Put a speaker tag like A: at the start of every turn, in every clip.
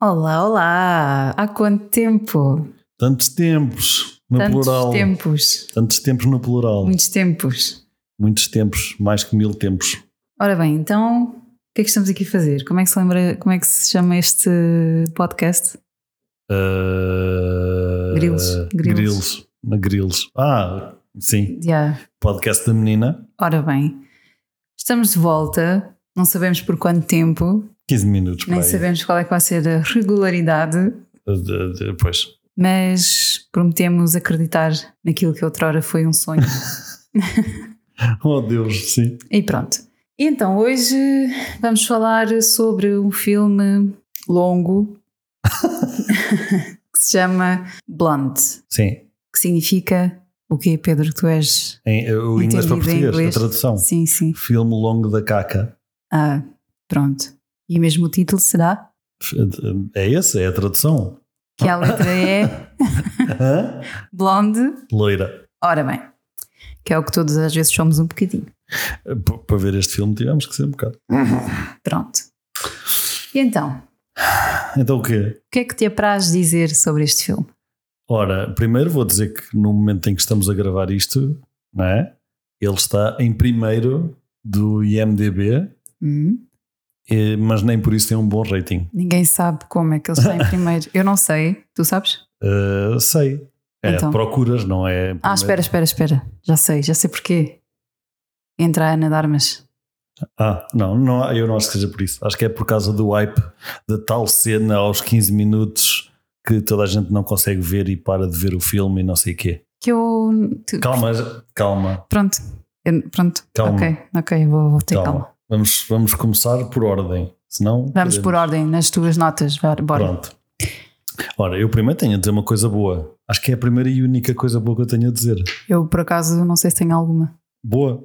A: Olá, olá! Há quanto tempo?
B: Tantos tempos no
A: Tantos
B: plural.
A: tempos,
B: Tantos tempos no plural.
A: muitos tempos.
B: Muitos tempos, mais que mil tempos.
A: Ora bem, então o que é que estamos aqui a fazer? Como é que se lembra, como é que se chama este podcast?
B: Uh,
A: Grilos, grilos.
B: Grilos. na Grilos. Ah, sim.
A: Já.
B: Podcast da menina.
A: Ora bem, estamos de volta, não sabemos por quanto tempo,
B: 15 minutos por
A: nem
B: aí.
A: sabemos qual é que vai ser a regularidade,
B: Uh, de- de- Pois.
A: mas prometemos acreditar naquilo que outrora foi um sonho.
B: Oh, Deus, sim.
A: E pronto. E Então, hoje vamos falar sobre um filme longo que se chama Blunt,
B: Sim.
A: que significa o quê, Pedro? que Tu és.
B: Em- eh, o
A: Entendido
B: inglês para
A: em
B: português,
A: inglês.
B: a tradução.
A: Sim, sim.
B: Filme longo da caca.
A: Ah, pronto. E mesmo o título será?
B: É esse? É a tradução?
A: Que a letra é
B: Hã?
A: Blonde.
B: Loira.
A: Ora bem, que é o que todos às vezes somos um bocadinho.
B: P- Para ver este filme tivemos que ser um bocado.
A: Pronto. E então, o
B: Então o quê?
A: que é que te apraz dizer sobre este filme?
B: Ora, primeiro vou dizer que no momento em que estamos a gravar isto, não é? ele está em primeiro do IMDB,
A: Hum?
B: eh, mas nem por isso tem um bom rating.
A: Ninguém sabe como é que ele está em primeiro. Eu não sei. Tu sabes?
B: Eh, sei. É,
A: Então.
B: procuras, não é?
A: Ah, espera, espera, espera. Já sei, já sei porquê. Entra a Ana Darmas.
B: Ah, não, não, há- eu não acho que seja por isso. Acho que é por causa do hype da tal cena aos 15 minutos que toda a gente não consegue ver e para de ver o filme e não sei o quê.
A: Que eu. tu-
B: Calma, calma,
A: Pronto. Eu- pronto.
B: Calma.
A: Ok, ok, vou, vou ter
B: calma.
A: calma.
B: Vamos, vamos começar por ordem, senão...
A: Vamos por ordem nas tuas notas. vá- Bora.
B: Pronto. Ora, eu primeiro tenho a dizer uma coisa boa. Acho que é a primeira e única coisa boa que eu tenho a dizer.
A: Eu, por acaso, não sei se tenho alguma.
B: Boa.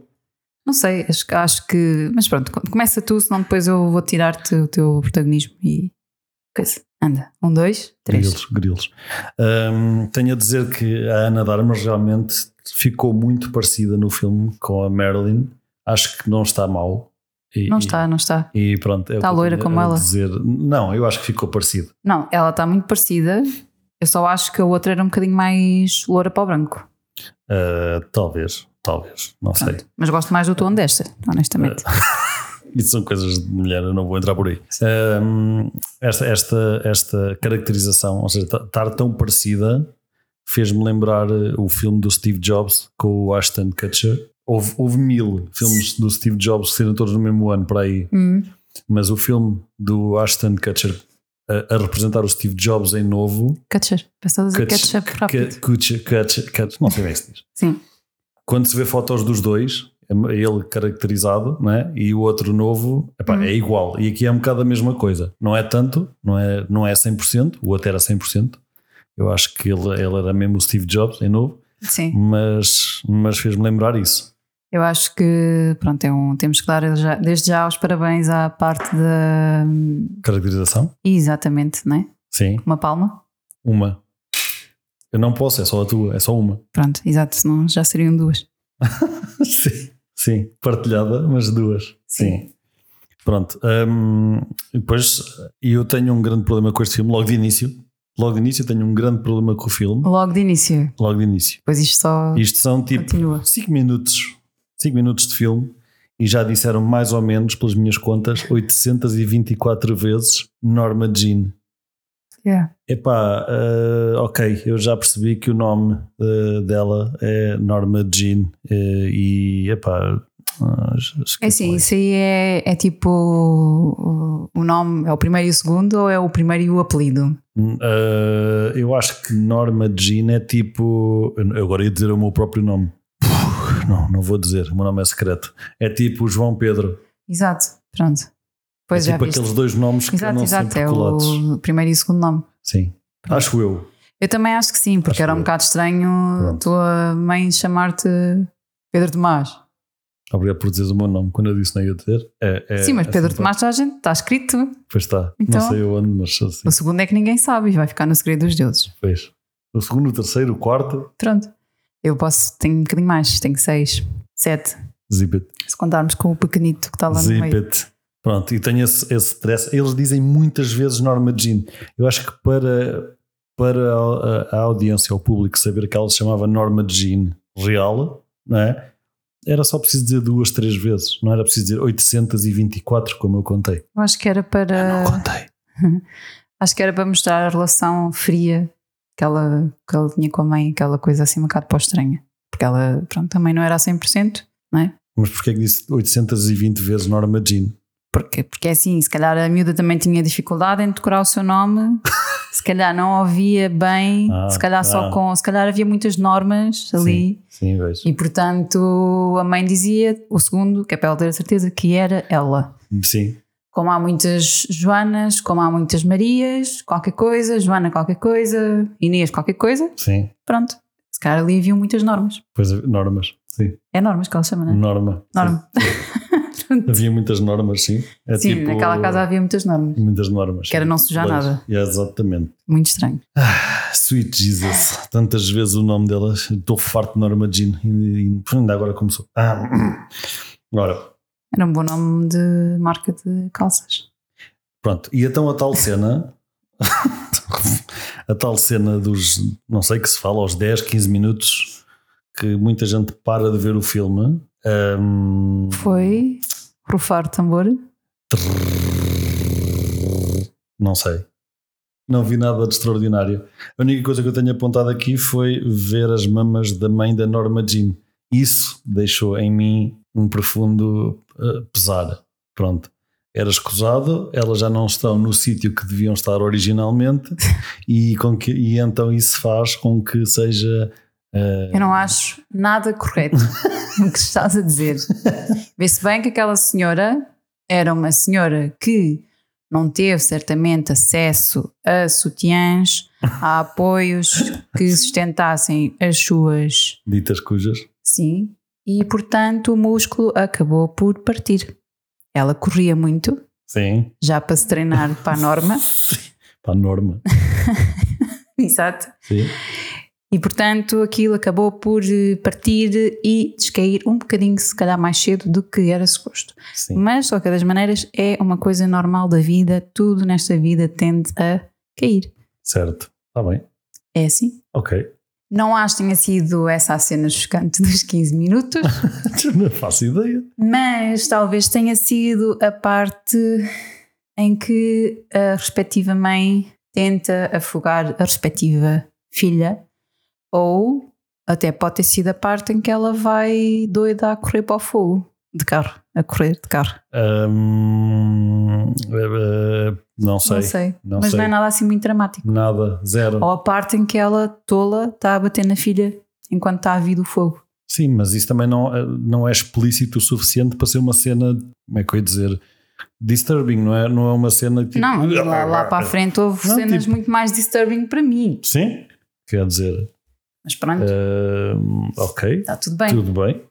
A: Não sei, acho, que- acho que. Mas pronto, co- começa tu, senão depois eu vou tirar-te o teu protagonismo e. coisa. Anda. Um, dois, três.
B: Grilos, grilos. Hum, tenho a dizer que a Ana Darmas realmente ficou muito parecida no filme com a Marilyn. Acho que não está mal. E-
A: Não
B: e-
A: está, não está.
B: E pronto. é o
A: Está
B: que eu
A: loira
B: tenho
A: como
B: a
A: ela?
B: Dizer. Não, eu acho que ficou parecido.
A: Não, ela está muito parecida. Eu só acho que a outra era um bocadinho mais loura para o branco.
B: Ah, talvez, talvez, não sei.
A: Pronto. Mas gosto mais do tom desta, honestamente.
B: Isso são coisas de mulher, eu não vou entrar por aí. Ahm, esta, esta, esta caracterização, ou seja, ta- estar tão parecida, fez-me lembrar eh, o filme do Steve Jobs com o Ashton Kutcher. Houve, houve mil filmes do Steve Jobs que saíram todos no mesmo ano para aí,
A: Hum,
B: mas o filme do Ashton Kutcher a, a representar o Steve Jobs em novo.
A: ketchup. Passou a dizer
B: Cuts-
A: ketchup rápido.
B: Kut- Kutcher, Kutcher, Kutcher, não sei bem se diz.
A: Sim.
B: Quando se vê fotos dos dois, é ele caracterizado não é? e o outro novo, epá,
A: Uhum.
B: é igual. E aqui é um bocado a mesma coisa. Não é tanto, não é, não é 100%, o outro era 100%. Eu acho que ele, ele era mesmo o Steve Jobs, em novo,
A: Sim.
B: mas, mas fez-me lembrar isso.
A: Eu acho que, pronto, é um, temos que dar já- desde já os parabéns à parte da. hum,
B: Caracterização?
A: Exatamente, né?
B: Sim,
A: Uma palma.
B: uma. Eu não posso, é só a tua, é só uma.
A: Pronto, exato, senão já seriam duas.
B: Sim, sim, partilhada, mas duas.
A: Sim.
B: Sim. Pronto. hum, e depois eu tenho um grande problema com este filme, logo de início. Logo de início eu tenho um grande problema com o filme,
A: Logo de início.
B: logo de início.
A: Pois isto só
B: Isto são tipo
A: continua.
B: 5 minutos, 5 minutos de filme e já disseram mais ou menos, pelas minhas contas, 824 vezes Norma Jean.
A: Yeah.
B: Epá, eh, ok, eu já percebi que o nome eh, dela é Norma Jean eh, e epá, ah, esquece
A: É assim,
B: lá.
A: isso aí é, é tipo o, o nome, é o primeiro e o segundo, ou é o primeiro e o apelido?
B: Hum, eh, eu acho que Norma Jean é tipo. eu Agora ia dizer o meu próprio nome. Puh, Não, não vou dizer, o meu nome é secreto. É tipo João Pedro.
A: Exato, pronto. Pois
B: é
A: já
B: tipo
A: viste.
B: aqueles dois nomes que
A: Exato,
B: não
A: exato,
B: são
A: é
B: colados.
A: o primeiro e o segundo nome.
B: Sim, acho eu.
A: Eu também acho que sim, porque
B: Acho
A: era um
B: eu.
A: bocado estranho a
B: Pronto.
A: tua mãe chamar-te Pedro Tomás.
B: Obrigado por dizeres o meu nome. Quando eu disse não ia dizer, é. é-
A: sim, mas
B: é
A: Pedro
B: simpático.
A: Tomás está, gente, está escrito.
B: Pois está,
A: Então-
B: não sei onde, mas assim
A: O segundo é que ninguém sabe e vai ficar no segredo dos deuses.
B: fez. O segundo, o terceiro, o quarto,
A: Pronto. Eu posso, tenho um bocadinho mais, tenho seis, sete,
B: zip it.
A: se contarmos com o pequenito que está lá no
B: Zip
A: meio.
B: it. Pronto, e tenho esse, esse stress. Eles dizem muitas vezes Norma Jean. Eu acho que para, para a, a audiência, ao público, saber que ela se chamava Norma Jean real, não é? Era só preciso dizer duas, três vezes. Não era preciso dizer 824, como eu contei.
A: Eu acho que era para.
B: Ah, Não contei.
A: Acho que era para mostrar a relação fria que ela, que ela tinha com a mãe, aquela coisa assim um bocado pó estranha. Porque ela, pronto, também não era a 100%, não é?
B: Mas porquê que disse 820 vezes Norma Jean?
A: Porque, porque é assim, se calhar a miúda também tinha dificuldade em decorar o seu nome, se calhar não ouvia bem,
B: Ah,
A: se calhar só
B: ah.
A: com. Se calhar havia muitas normas ali.
B: Sim, sim, vejo.
A: E portanto a mãe dizia, o segundo, que é para ela ter a certeza, que era ela.
B: Sim.
A: Como há muitas Joanas, como há muitas Marias, qualquer coisa, Joana qualquer coisa, Inês qualquer coisa,
B: Sim,
A: pronto. Se calhar ali haviam muitas normas.
B: pois é, normas, sim,
A: É normas que ela chama, não é?
B: norma.
A: Norma.
B: Sim. Havia muitas normas, sim. É
A: Sim,
B: tipo,
A: naquela casa havia muitas normas.
B: Muitas normas.
A: Que era não sujar
B: Leis.
A: nada.
B: É, exatamente.
A: Muito estranho.
B: Sweet Jesus. Tantas vezes o nome dela. Estou farto de Norma Jean. E, e ainda agora começou. Ah. Ora,
A: Era um bom nome de marca de calças.
B: pronto. E então a tal cena. a tal cena dos. Não sei que se fala, aos 10, 15 minutos. Que muita gente para de ver o filme. hum, Ahm,
A: Foi rufar o tambor.
B: Não sei. Não vi nada de extraordinário. A única coisa que eu tenho apontado aqui foi ver as mamas da mãe da Norma Jean. Isso deixou em mim um profundo eh, pesar. Pronto. Era escusado, elas já não estão no sítio que deviam estar originalmente e, com que- e então isso faz com que seja. eh,
A: Eu não acho nada correto no que estás a dizer. Vê-se bem que aquela senhora era uma senhora que não teve certamente acesso a sutiãs, a apoios que sustentassem as suas.
B: ditas cujas.
A: Sim. E portanto o músculo acabou por partir. Ela corria muito,
B: Sim.
A: já para se treinar para a norma.
B: Sim. Para a norma.
A: Exato.
B: Sim.
A: E portanto aquilo acabou por eh, partir e descair um bocadinho, se calhar mais cedo do que era suposto.
B: Sim.
A: Mas, de qualquer das maneiras, é uma coisa normal da vida, tudo nesta vida tende a cair.
B: Certo. Está bem.
A: É assim.
B: Ok.
A: Não acho que tenha sido essa a cena chocante dos 15 minutos,
B: Não faço ideia.
A: mas talvez tenha sido a parte em que a respectiva mãe tenta afogar a respectiva filha, ou até pode ter sido a parte em que ela vai doida a correr para o fogo, de carro, a correr de carro.
B: Hum, eh, eh, não sei.
A: não sei.
B: não
A: mas
B: sei.
A: não é Oh. nada assim muito dramático.
B: Nada, zero.
A: Ou a parte em que ela, tola, está a bater na filha enquanto está a vir o fogo.
B: Sim, mas isso também não, eh, não é explícito o suficiente para ser uma cena, como é que eu ia dizer, disturbing, não é, não é uma cena tipo.
A: Não, e lá, lá para a frente houve
B: Não,
A: cenas
B: tipo-
A: muito mais disturbing para mim.
B: Sim, quer dizer,
A: Mas pronto,
B: eh, ok,
A: está tudo bem.
B: tudo bem.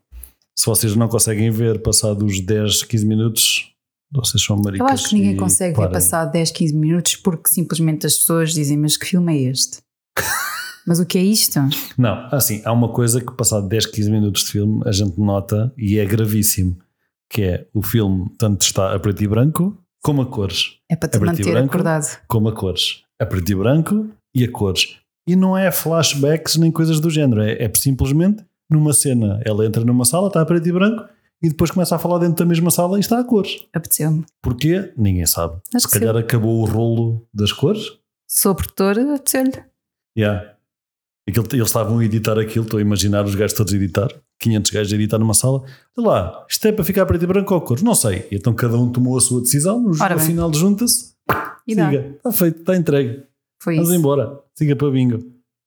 B: Se vocês não conseguem ver passado os 10, 15 minutos, vocês são
A: Eu
B: maricas.
A: acho que ninguém
B: e
A: consegue ver
B: parem.
A: passado 10, 15 minutos porque simplesmente as pessoas dizem: Mas que filme é este? mas o que é isto?
B: Não, assim, há uma coisa que passado 10, 15 minutos de filme a gente nota e é gravíssimo, que é o filme tanto está a preto e branco como a cores,
A: É para te
B: É preto e
A: manter
B: branco?
A: acordado.
B: como a cores, a preto e branco e a cores. E não é flashbacks nem coisas do género, é, é simplesmente numa cena, ela entra numa sala, está a preto e branco e depois começa a falar dentro da mesma sala e está a cores.
A: Apeteceu-me.
B: Porquê? Ninguém sabe.
A: Acho
B: Se
A: que sim.
B: calhar acabou o rolo das cores,
A: Sou produtor, apeteceu-lhe.
B: Yeah. Aquilo- eles estavam a editar aquilo, estou a imaginar os gajos todos a editar, 500 gajos a editar numa sala. Olha lá, isto é para ficar preto e branco ou cores? Não sei. E então cada um tomou a sua decisão, no,
A: Ora
B: no
A: bem.
B: final junta-se,
A: E dá.
B: siga, está feito, está entregue,
A: Foi
B: vamos
A: isso.
B: embora, siga para bingo.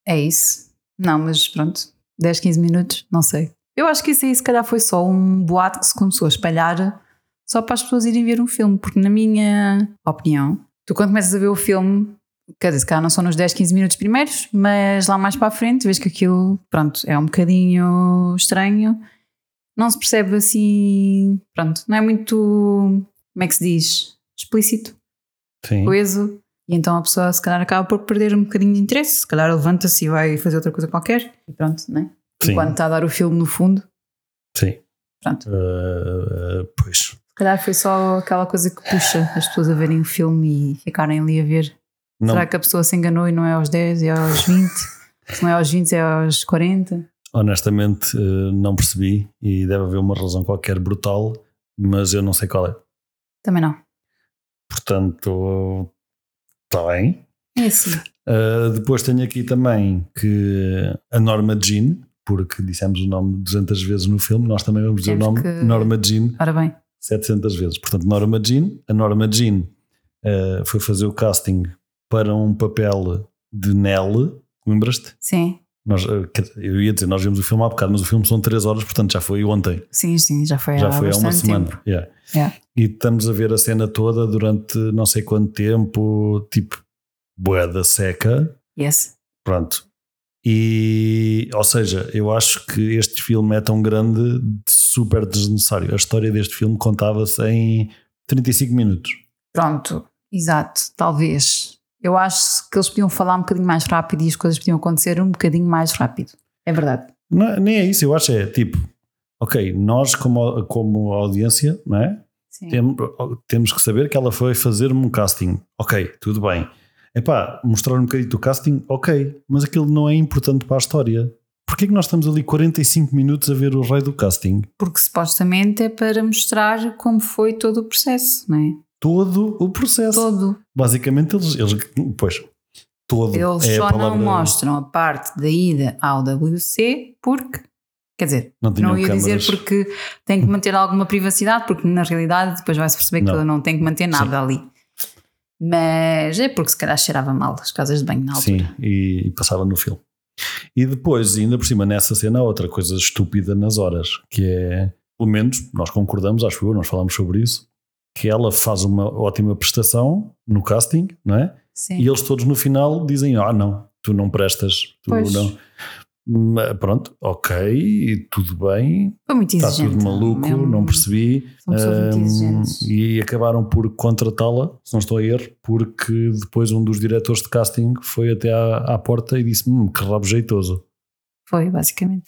A: É isso. Não, mas pronto, 10, 15 minutos, não sei. Eu acho que isso aí se calhar foi só um boato que se começou a espalhar só para as pessoas irem ver um filme, porque na minha opinião, tu quando começas a ver o filme, quer dizer, se calhar não são nos 10, 15 minutos primeiros, mas lá mais para a frente vês que aquilo, pronto, é um bocadinho estranho, não se percebe assim, pronto, não é muito, como é que se diz, explícito
B: Sim.
A: coeso. E então a pessoa, se calhar, acaba por perder um bocadinho de interesse. Se calhar, levanta-se e vai fazer outra coisa qualquer. E pronto, né?
B: Sim.
A: Enquanto está a dar o filme no fundo.
B: Sim.
A: Pronto.
B: Ah, pois.
A: calhar foi só aquela coisa que puxa as pessoas a verem o filme e ficarem ali a ver.
B: Não,
A: Será que a pessoa se enganou e não é aos 10, é aos 20? Se não é aos 20, é aos 40?
B: honestamente, eh, não percebi e deve haver uma razão qualquer brutal, mas eu não sei qual é.
A: Também não.
B: Portanto, está bem.
A: É assim.
B: Uh, depois tenho aqui também que a Norma Jean, porque dissemos o nome 200 vezes no filme, nós também vamos dizer
A: Temos
B: o nome
A: que-
B: Norma Jean
A: Ora bem,
B: 700 vezes. Portanto, Norma Jean, a Norma Jean uh, foi fazer o casting para um papel de Nell, lembras-te?
A: sim,
B: Nós, uh, quer- eu ia dizer, nós vimos o filme há bocado, mas o filme são 3 horas, portanto já foi ontem
A: sim, sim, já foi
B: já
A: há
B: foi há
A: bastante
B: uma semana.
A: tempo.
B: Yeah.
A: Yeah.
B: E estamos a ver a cena toda durante não sei quanto tempo, tipo, boeda seca.
A: Yes.
B: Pronto. E, ou seja, eu acho que este filme é tão grande, de super desnecessário. A história deste filme contava-se em 35 minutos.
A: Pronto, exato, talvez. Eu acho que eles podiam falar um bocadinho mais rápido e as coisas podiam acontecer um bocadinho mais rápido. É verdade.
B: Não, nem é isso, eu acho é tipo, ok, nós como, como audiência, não é?
A: Sim.
B: Tem- temos que saber que ela foi fazer-me um casting. Ok, tudo bem. Epá, mostrar um bocadinho do casting, ok, mas aquilo não é importante para a história. Porquê é que nós estamos ali 45 minutos a ver o rei do casting?
A: Porque supostamente é para mostrar como foi todo o processo, não é?
B: Todo o processo.
A: Todo.
B: Basicamente, eles, eles. Pois. Todo.
A: Eles
B: é a
A: só
B: palavra-
A: não mostram a parte da ida ao WC porque. Quer dizer,
B: Não tinham
A: não ia
B: câmaras.
A: dizer porque tem que manter alguma privacidade, porque na realidade depois vai-se perceber que
B: Não.
A: ele não tem que manter nada ali. Mas é porque se calhar cheirava mal as casas de banho na altura.
B: Sim, e, e passava no filme. E depois, ainda por cima, nessa cena, há outra coisa estúpida nas horas, que é, pelo menos, nós concordamos, acho eu, nós falamos sobre isso, que ela faz uma ótima prestação no casting, não é?
A: Sim.
B: E eles todos no final dizem: Ah, não, tu não prestas, tu
A: Pois.
B: não. Mas Pronto, ok, tudo bem,
A: Foi muito
B: está
A: exigente.
B: Tá tudo maluco,
A: É um-
B: não percebi.
A: São pessoas muito
B: Ahm,
A: exigentes.
B: e acabaram por contratá-la, se não estou a erro, porque depois um dos diretores de casting foi até à, à porta e disse: hum, que rabo jeitoso.
A: Foi, basicamente.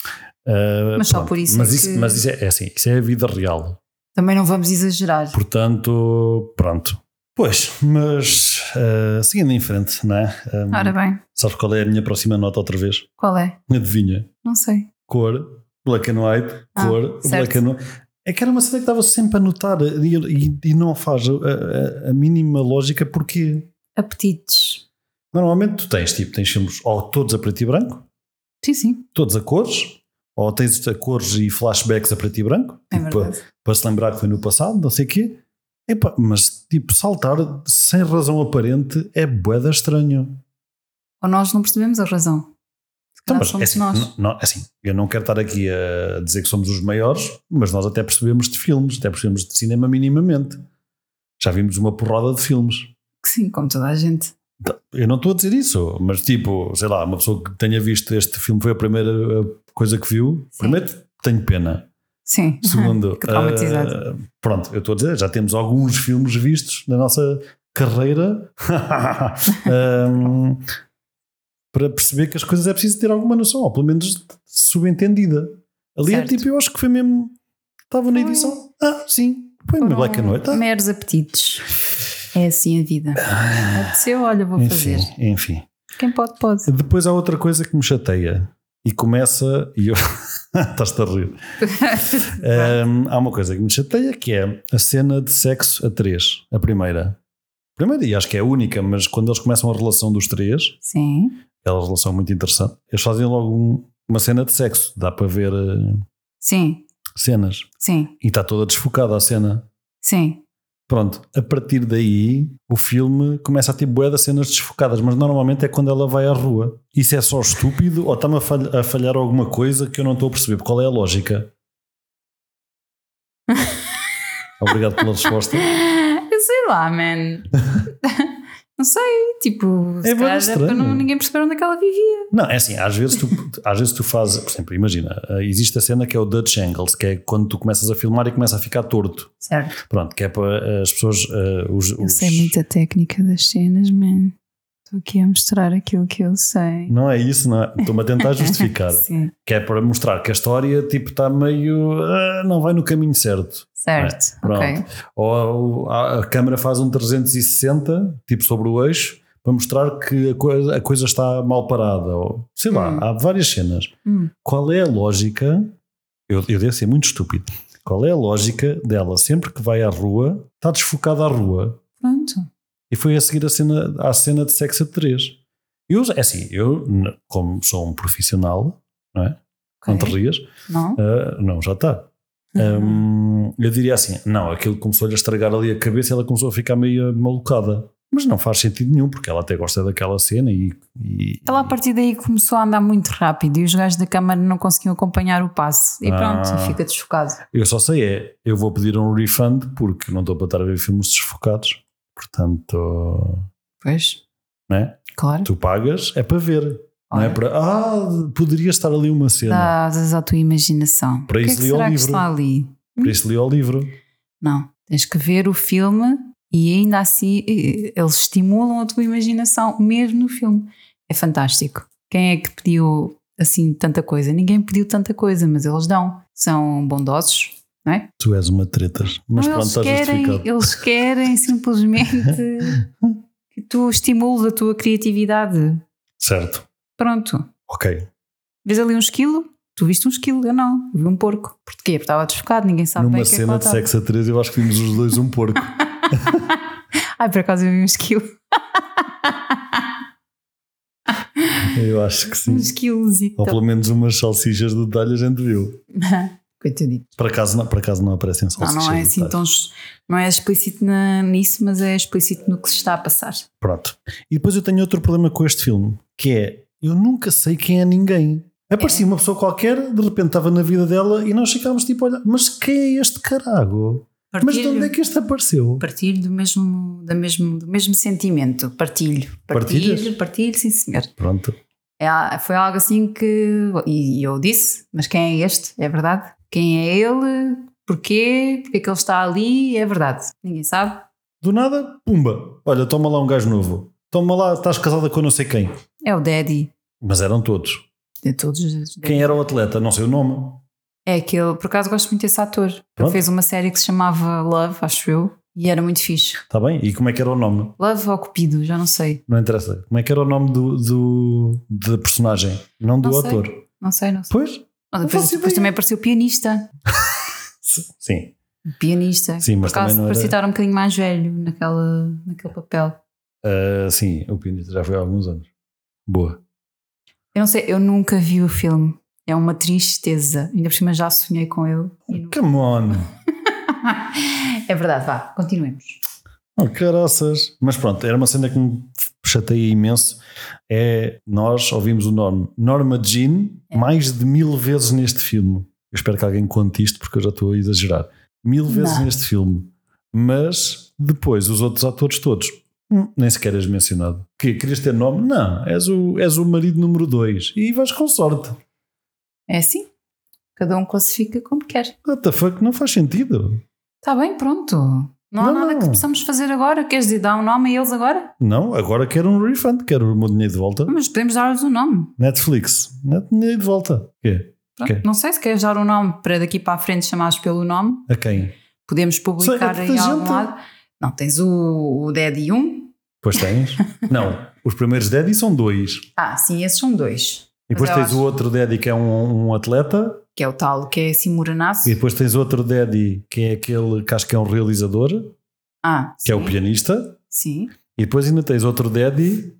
B: Ah,
A: Mas só
B: pronto.
A: por isso
B: Mas
A: é
B: isso,
A: que-
B: mas isso é, é assim, isso é a vida real.
A: Também não vamos exagerar.
B: Portanto, pronto. Pois, mas ah, seguindo em frente, não é? Ahm,
A: Ora bem,
B: sabes qual é a minha próxima nota outra vez?
A: qual é?
B: Adivinha?
A: Não sei.
B: Cor, black and white,
A: Ah,
B: cor, black
A: certo.
B: and white. É que era uma cena que estava sempre a notar e, e- e não faz a, a- a mínima lógica porquê.
A: Apetites.
B: Normalmente tu tens, tipo, tens filmes ou todos a preto e branco,
A: Sim, sim.
B: todos a cores, ou tens a cores e flashbacks a preto e branco,
A: É
B: tipo, para,
A: verdade.
B: para se lembrar que foi no passado, não sei o quê. Epá, mas tipo, saltar sem razão aparente é boeda estranho.
A: Ou nós não percebemos a razão. Se calhar
B: Então, mas é
A: somos
B: assim,
A: nós.
B: não- não- é assim, eu não quero estar aqui a dizer que somos os maiores, mas nós até percebemos de filmes, até percebemos de cinema minimamente. Já vimos uma porrada de filmes. Então,
A: Que sim, como toda a gente.
B: Eu não estou a dizer isso, mas tipo, sei lá, uma pessoa que tenha visto este filme foi a primeira eh, coisa que viu.
A: Sim.
B: Primeiro, tenho pena.
A: Sim.
B: Segundo,
A: Que traumatizado.
B: ah, pronto, eu estou a dizer, já temos alguns filmes vistos na nossa carreira Ahm, para perceber que as coisas é preciso ter alguma noção, ou pelo menos subentendida. Ali é
A: Certo.
B: tipo, eu acho que foi mesmo. Estava na
A: Foi.
B: edição. Ah, sim, põe-me
A: Foram
B: Black and White. Ah,
A: Meros apetites. É assim a vida. Apeteceu, olha, vou
B: Ah, enfim,
A: fazer.
B: enfim.
A: Quem pode, pode.
B: Depois há outra coisa que me chateia e começa. E eu. Estás-te a rir. Ahm, há uma coisa que me chateia que é a cena de sexo a três, a primeira. Primeira, e acho que é a única, mas quando eles começam a relação dos três,
A: Sim,
B: aquela relação é muito interessante, eles fazem logo um- uma cena de sexo, dá para ver eh,
A: sim,
B: cenas.
A: sim,
B: E está toda desfocada a cena.
A: sim.
B: Pronto, a partir daí o filme começa a ter bué de cenas desfocadas, mas normalmente é quando ela vai à rua. Isso é só estúpido ou está-me a, falha- a falhar alguma coisa que eu não estou a perceber? Qual é a lógica? Obrigado pela resposta.
A: Eu sei lá, man. não sei, tipo,
B: É
A: se
B: bué
A: calhar é
B: estranho.
A: para não, ninguém perceber onde é que ela vivia.
B: Não, é assim, às vezes tu, às vezes tu fazes, por exemplo, imagina, eh, existe a cena que é o Dutch Angles, que é quando tu começas a filmar e começa a ficar torto.
A: Certo.
B: Pronto, que é para as pessoas. eh, os,
A: Eu
B: os-
A: sei muita técnica das cenas, man. Estou aqui a mostrar aquilo que eu sei.
B: Não é isso, não é? Estou-me a tentar justificar.
A: Sim,
B: que é para mostrar que a história tipo está meio. ah, não vai no caminho certo.
A: certo.
B: É, Pronto.
A: ok.
B: Ou a, a câmera faz um 360, tipo sobre o eixo, para mostrar que a coisa, a coisa está mal parada. Ou, sei lá,
A: Hum.
B: há várias cenas.
A: Hum.
B: Qual é a lógica? Eu, eu devo ser muito estúpido. Qual é a lógica dela sempre que vai à rua, está desfocada à rua?
A: Pronto.
B: E foi a seguir a cena, à cena de sexo a 3. Eu, é assim, eu, n- como sou um profissional, não te
A: ok.
B: rias,
A: Não?
B: ah, não, já está.
A: Uhum.
B: Hum, eu diria assim: não, aquilo começou-lhe a estragar ali a cabeça e ela começou a ficar meio malucada. Mas não faz sentido nenhum, porque ela até gosta daquela cena e. e-
A: Ela a partir daí começou a andar muito rápido e os gajos da câmara não conseguiam acompanhar o passo. E pronto,
B: Ah.
A: e fica desfocado.
B: Eu só sei é: eu vou pedir um refund porque não estou para estar a ver filmes desfocados. Portanto,
A: Pois,
B: né?
A: claro.
B: tu pagas, é para ver. Não é
A: Ora,
B: para. Ah, poderia estar ali uma cena.
A: dá asas à tua imaginação.
B: Para
A: o que
B: isso
A: é que
B: li o
A: será que
B: livro.
A: está ali?
B: Por isso li ao livro.
A: Não, tens que ver o filme e ainda assim eh, eles estimulam a tua imaginação mesmo no filme. É fantástico. Quem é que pediu assim tanta coisa? Ninguém pediu tanta coisa, mas eles dão. São bondosos, não é?
B: Tu és uma tretas. Mas
A: Não,
B: pronto,
A: eles
B: está
A: querem,
B: justificado.
A: eles querem simplesmente que tu estimules a tua criatividade.
B: Certo.
A: Pronto.
B: Ok.
A: Vês ali um esquilo? Tu viste um esquilo, eu não. Eu vi um porco. Porquê? Porque estava desfocado, ninguém sabe bem
B: Numa
A: o que é que lá
B: cena de
A: estava.
B: sexo a 3, eu acho que vimos os dois um porco.
A: Ai, por acaso eu vi um esquilo.
B: Eu acho que sim.
A: Um esquilozito.
B: Ou pelo menos umas salsichas de detalhe a gente viu.
A: Coitadinho.
B: Por acaso não, por acaso não aparecem
A: Não,
B: salsichas.
A: não é
B: de
A: assim
B: detalhe.
A: tão. Não é explícito na- nisso, mas é explícito no que se está a passar.
B: Pronto. E depois eu tenho outro problema com este filme, que é eu nunca sei quem é ninguém.
A: É?
B: Aparecia uma pessoa qualquer, de repente estava na vida dela e nós ficávamos tipo, olha, mas quem é este carago? Mas de onde é que este apareceu?
A: Partilho do mesmo, da mesmo, do mesmo sentimento. Partilho.
B: Partilhas?
A: Partilho, partilho, sim senhor.
B: Pronto.
A: É, foi algo assim que. E eu disse, mas quem é este? É verdade? Quem é ele? Porquê? Porquê é que ele está ali? É verdade. Ninguém sabe.
B: Do nada, pumba. Olha, toma lá um gajo novo. Toma lá, estás casada com não sei quem.
A: É o Daddy.
B: Mas eram todos.
A: De todos os.
B: Quem era o atleta? Não sei o nome.
A: É aquele. Por acaso gosto muito desse ator. Ele
B: Pronto.
A: fez uma série que se chamava Love, acho eu. E era muito fixe.
B: Está bem? E como é que era o nome?
A: Love ou Cupido, já não sei.
B: Não interessa. Como é que era o nome do, do- da personagem? Não do
A: Não sei.
B: ator.
A: Não sei, não sei.
B: Pois?
A: Ah,
B: não
A: depois
B: faço
A: depois
B: ideia.
A: também apareceu o pianista.
B: Sim.
A: O Pianista.
B: Sim, mas
A: É. Por acaso,
B: também não
A: para
B: era-
A: citar um bocadinho mais velho naquela, naquele papel.
B: Ah, sim, o Pinito já foi há alguns anos. Boa.
A: Eu não sei, eu nunca vi o filme. É uma tristeza. Ainda por cima já sonhei com ele. E não-
B: Come on!
A: é verdade, vá, continuemos.
B: Oh, caraças! Mas pronto, era uma cena que me chateia imenso. É nós ouvimos o nome Norma Jean mais de mil vezes neste filme. Eu espero que alguém conte isto porque eu já estou a exagerar. Mil vezes
A: Não.
B: neste filme. Mas depois, os outros atores todos, hum, nem sequer és mencionado. Que querias ter nome? Não, és o, és o marido número dois e vais com sorte.
A: É assim? Cada um classifica como quer.
B: What the fuck? Não faz sentido.
A: Está bem, pronto. Não há
B: Não,
A: nada
B: não.
A: que possamos fazer agora. Queres dizer, dar um nome a eles agora?
B: Não, agora quero um refund, quero o meu dinheiro de volta.
A: Mas podemos dar-lhes um nome.
B: Netflix, net- dinheiro de volta. Quê?
A: Pronto.
B: Ok.
A: Não sei se queres dar um nome para daqui para a frente chamares pelo nome.
B: A quem?
A: Podemos publicar
B: Sei, é
A: aí
B: tanta
A: a algum
B: gente.
A: lado. Não, tens o, o Daddy 1.
B: Pois tens. Não, os primeiros Daddy são dois.
A: Ah, sim, esses são dois.
B: E depois
A: eu
B: tens
A: acho-
B: o outro Daddy que é um, um atleta.
A: Que é o tal que é Simuranaço.
B: E depois tens outro Daddy que é aquele que acho que é um realizador, que
A: Ah, sim.
B: é o pianista.
A: Sim.
B: E depois ainda tens outro Daddy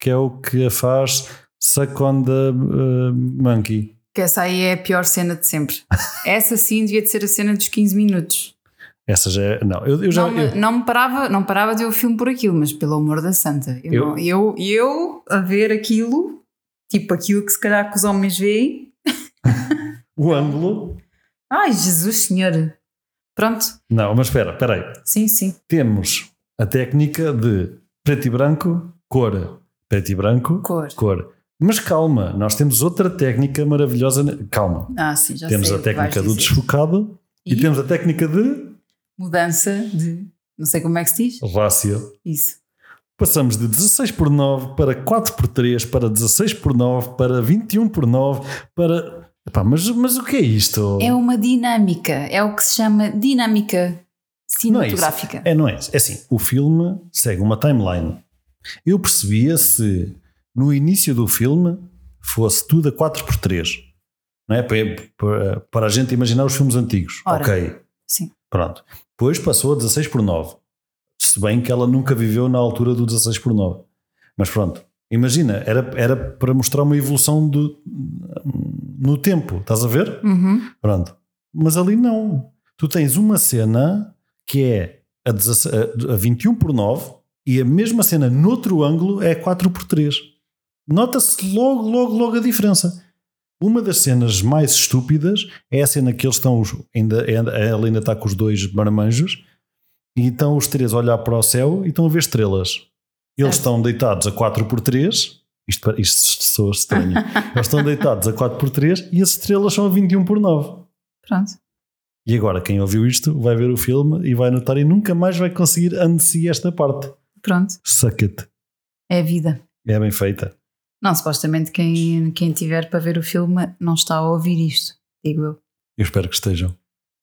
B: que é o que a faz Suck on the uh, Monkey.
A: Que essa aí é a pior cena de sempre. Essa sim devia de ser a cena dos 15 minutos.
B: Essa já é. Não, eu, eu já.
A: não, me,
B: eu-
A: não me parava, não parava de ver o filme por aquilo, mas pelo amor da santa. Eu,
B: Eu-
A: não- eu, eu a ver aquilo, tipo aquilo que se calhar que os homens veem.
B: o ângulo.
A: Ai, Jesus Senhor. Pronto,
B: Não, mas espera, espera aí.
A: sim, sim.
B: Temos a técnica de preto e branco, cor. Preto e branco,
A: Cor.
B: cor. Mas calma, nós temos outra técnica maravilhosa. ne- Calma.
A: Ah, sim, já
B: temos
A: sei
B: a
A: o que vais
B: técnica do
A: dizer.
B: desfocado e,
A: E
B: temos a técnica de
A: mudança de. Não sei como é que se diz.
B: rácio.
A: Isso.
B: Passamos de 16 por 9 para 4 por 3 para 16 por 9 para 21 por 9 para. Epá, mas, mas o que é isto?
A: É uma dinâmica, é o que se chama dinâmica
B: não é, isso.
A: cinematográfica.
B: é, não é isso. É assim, o filme segue uma timeline. Eu percebia se no início do filme fosse tudo a 4 por 3 não é? para, para- para a gente imaginar os filmes antigos.
A: Ora.
B: Ok,
A: Sim.
B: Pronto. Depois passou a 16 por 9. Se bem que ela nunca viveu na altura do 16 por 9. Mas pronto. Imagina, era, era para mostrar uma evolução do, no tempo. Estás a ver?
A: Uhum.
B: Pronto. Mas ali não. Tu tens uma cena que é a, 16 a- a 21 por 9 e a mesma cena noutro ângulo é 4 por 3. Nota-se logo, logo, logo a diferença. Uma das cenas mais estúpidas é a cena que eles estão, os- ainda, ainda- ela ainda está com os dois marmanjos e estão os três a olhar para o céu e estão a ver estrelas. Eles
A: Certo.
B: estão deitados a 4 por 3 isto, pa- isto soa estranho. Eles estão deitados a 4 por 3 e as estrelas são a 21 por 9.
A: Pronto.
B: E agora, quem ouviu isto vai ver o filme e vai notar e nunca mais vai conseguir ansi esta parte.
A: Pronto.
B: Suck it.
A: É a vida.
B: É bem feita.
A: Não, supostamente quem, quem tiver para ver o filme não está a ouvir isto, digo eu.
B: Eu espero que estejam.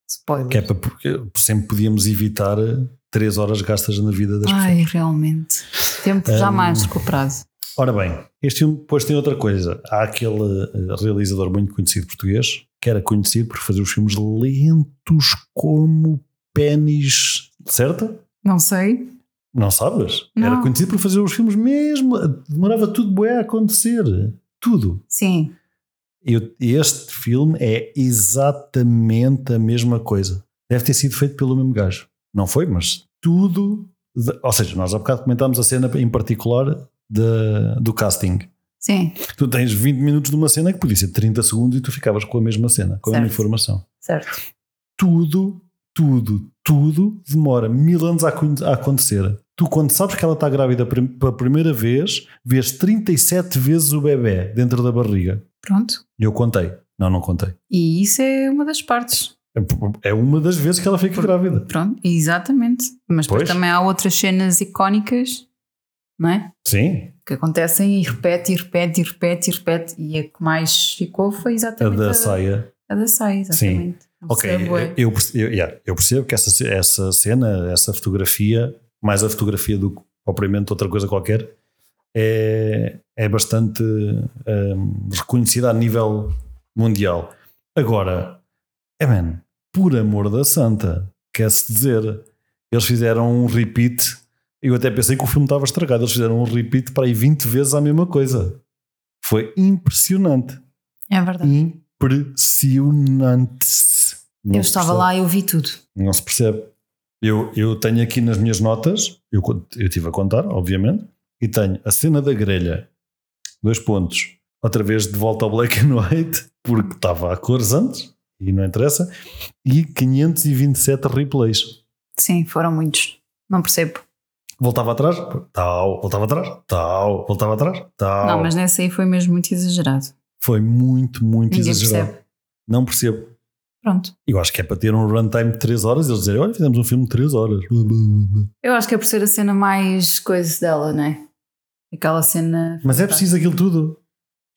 A: Spoiler.
B: Que é para, porque sempre podíamos evitar eh, três horas gastas na vida das pessoas. Hum.
A: Ai, realmente. Tempo jamais recuperado.
B: Ora bem, este filme depois tem outra coisa. Há aquele eh, realizador muito conhecido português que era conhecido por fazer os filmes lentos como pênis, certo?
A: Não sei.
B: Não sabes? Era
A: Não.
B: conhecido por fazer os filmes mesmo. Demorava tudo bué a acontecer. Tudo.
A: Sim.
B: Eu- este filme é exatamente a mesma coisa. Deve ter sido feito pelo mesmo gajo. Não foi, mas tudo. de- ou seja, nós há bocado comentámos a cena em particular da- do casting.
A: Sim.
B: Tu tens 20 minutos de uma cena que podia ser 30 segundos e tu ficavas com a mesma cena, com a mesma
A: Certo.
B: informação.
A: Certo.
B: Tudo, tudo, tudo demora mil anos a, acon- a acontecer. Tu, quando sabes que ela está grávida prim- pela primeira vez, vês 37 vezes o bebê dentro da barriga.
A: Pronto.
B: E eu contei. Não, não contei.
A: E isso é uma das partes.
B: É uma das vezes que ela fica grávida.
A: Pronto. Exatamente. Mas depois
B: Pois.
A: também há outras cenas icónicas, não é?
B: Sim.
A: Que acontecem e repete, e repete, e repete, e repete. E a que mais ficou foi
B: A
A: exatamente
B: da saia.
A: A da saia, exatamente. é- O
B: Ok,
A: Um
B: é-
A: Subway.
B: eu, perce- eu- yeah, eu percebo que essa, ce- essa cena, essa fotografia, mais a fotografia do que propriamente outra coisa qualquer, é, é bastante hum, reconhecida a nível mundial. Agora, é man, por amor da santa, quer-se dizer, eles fizeram um repeat. Eu até pensei que o filme estava estragado, eles fizeram um repeat para aí 20 vezes a mesma coisa. Foi impressionante.
A: É verdade.
B: Impressionante. Não
A: Eu
B: se
A: estava
B: percebe.
A: lá e eu vi tudo.
B: Não se percebe. Eu, eu tenho aqui nas minhas notas, eu, con- eu estive a contar, obviamente, e tenho a cena da grelha, dois pontos. Outra vez de volta ao black and white, porque estava a cores antes, e não interessa, e 527 replays.
A: Sim, foram muitos. Não percebo.
B: Voltava atrás, tal, voltava atrás, tal, voltava atrás, tal.
A: Não, mas nessa aí foi mesmo muito exagerado.
B: Foi muito, muito
A: Ninguém
B: exagerado.
A: percebe.
B: Não percebo.
A: Pronto.
B: Eu acho que é para ter um runtime de 3 horas e eles dizerem: Olha, fizemos um filme de 3 horas.
A: Eu acho que é por ser a cena mais coisa dela, não é? Aquela cena.
B: Mas é preciso aquilo tudo.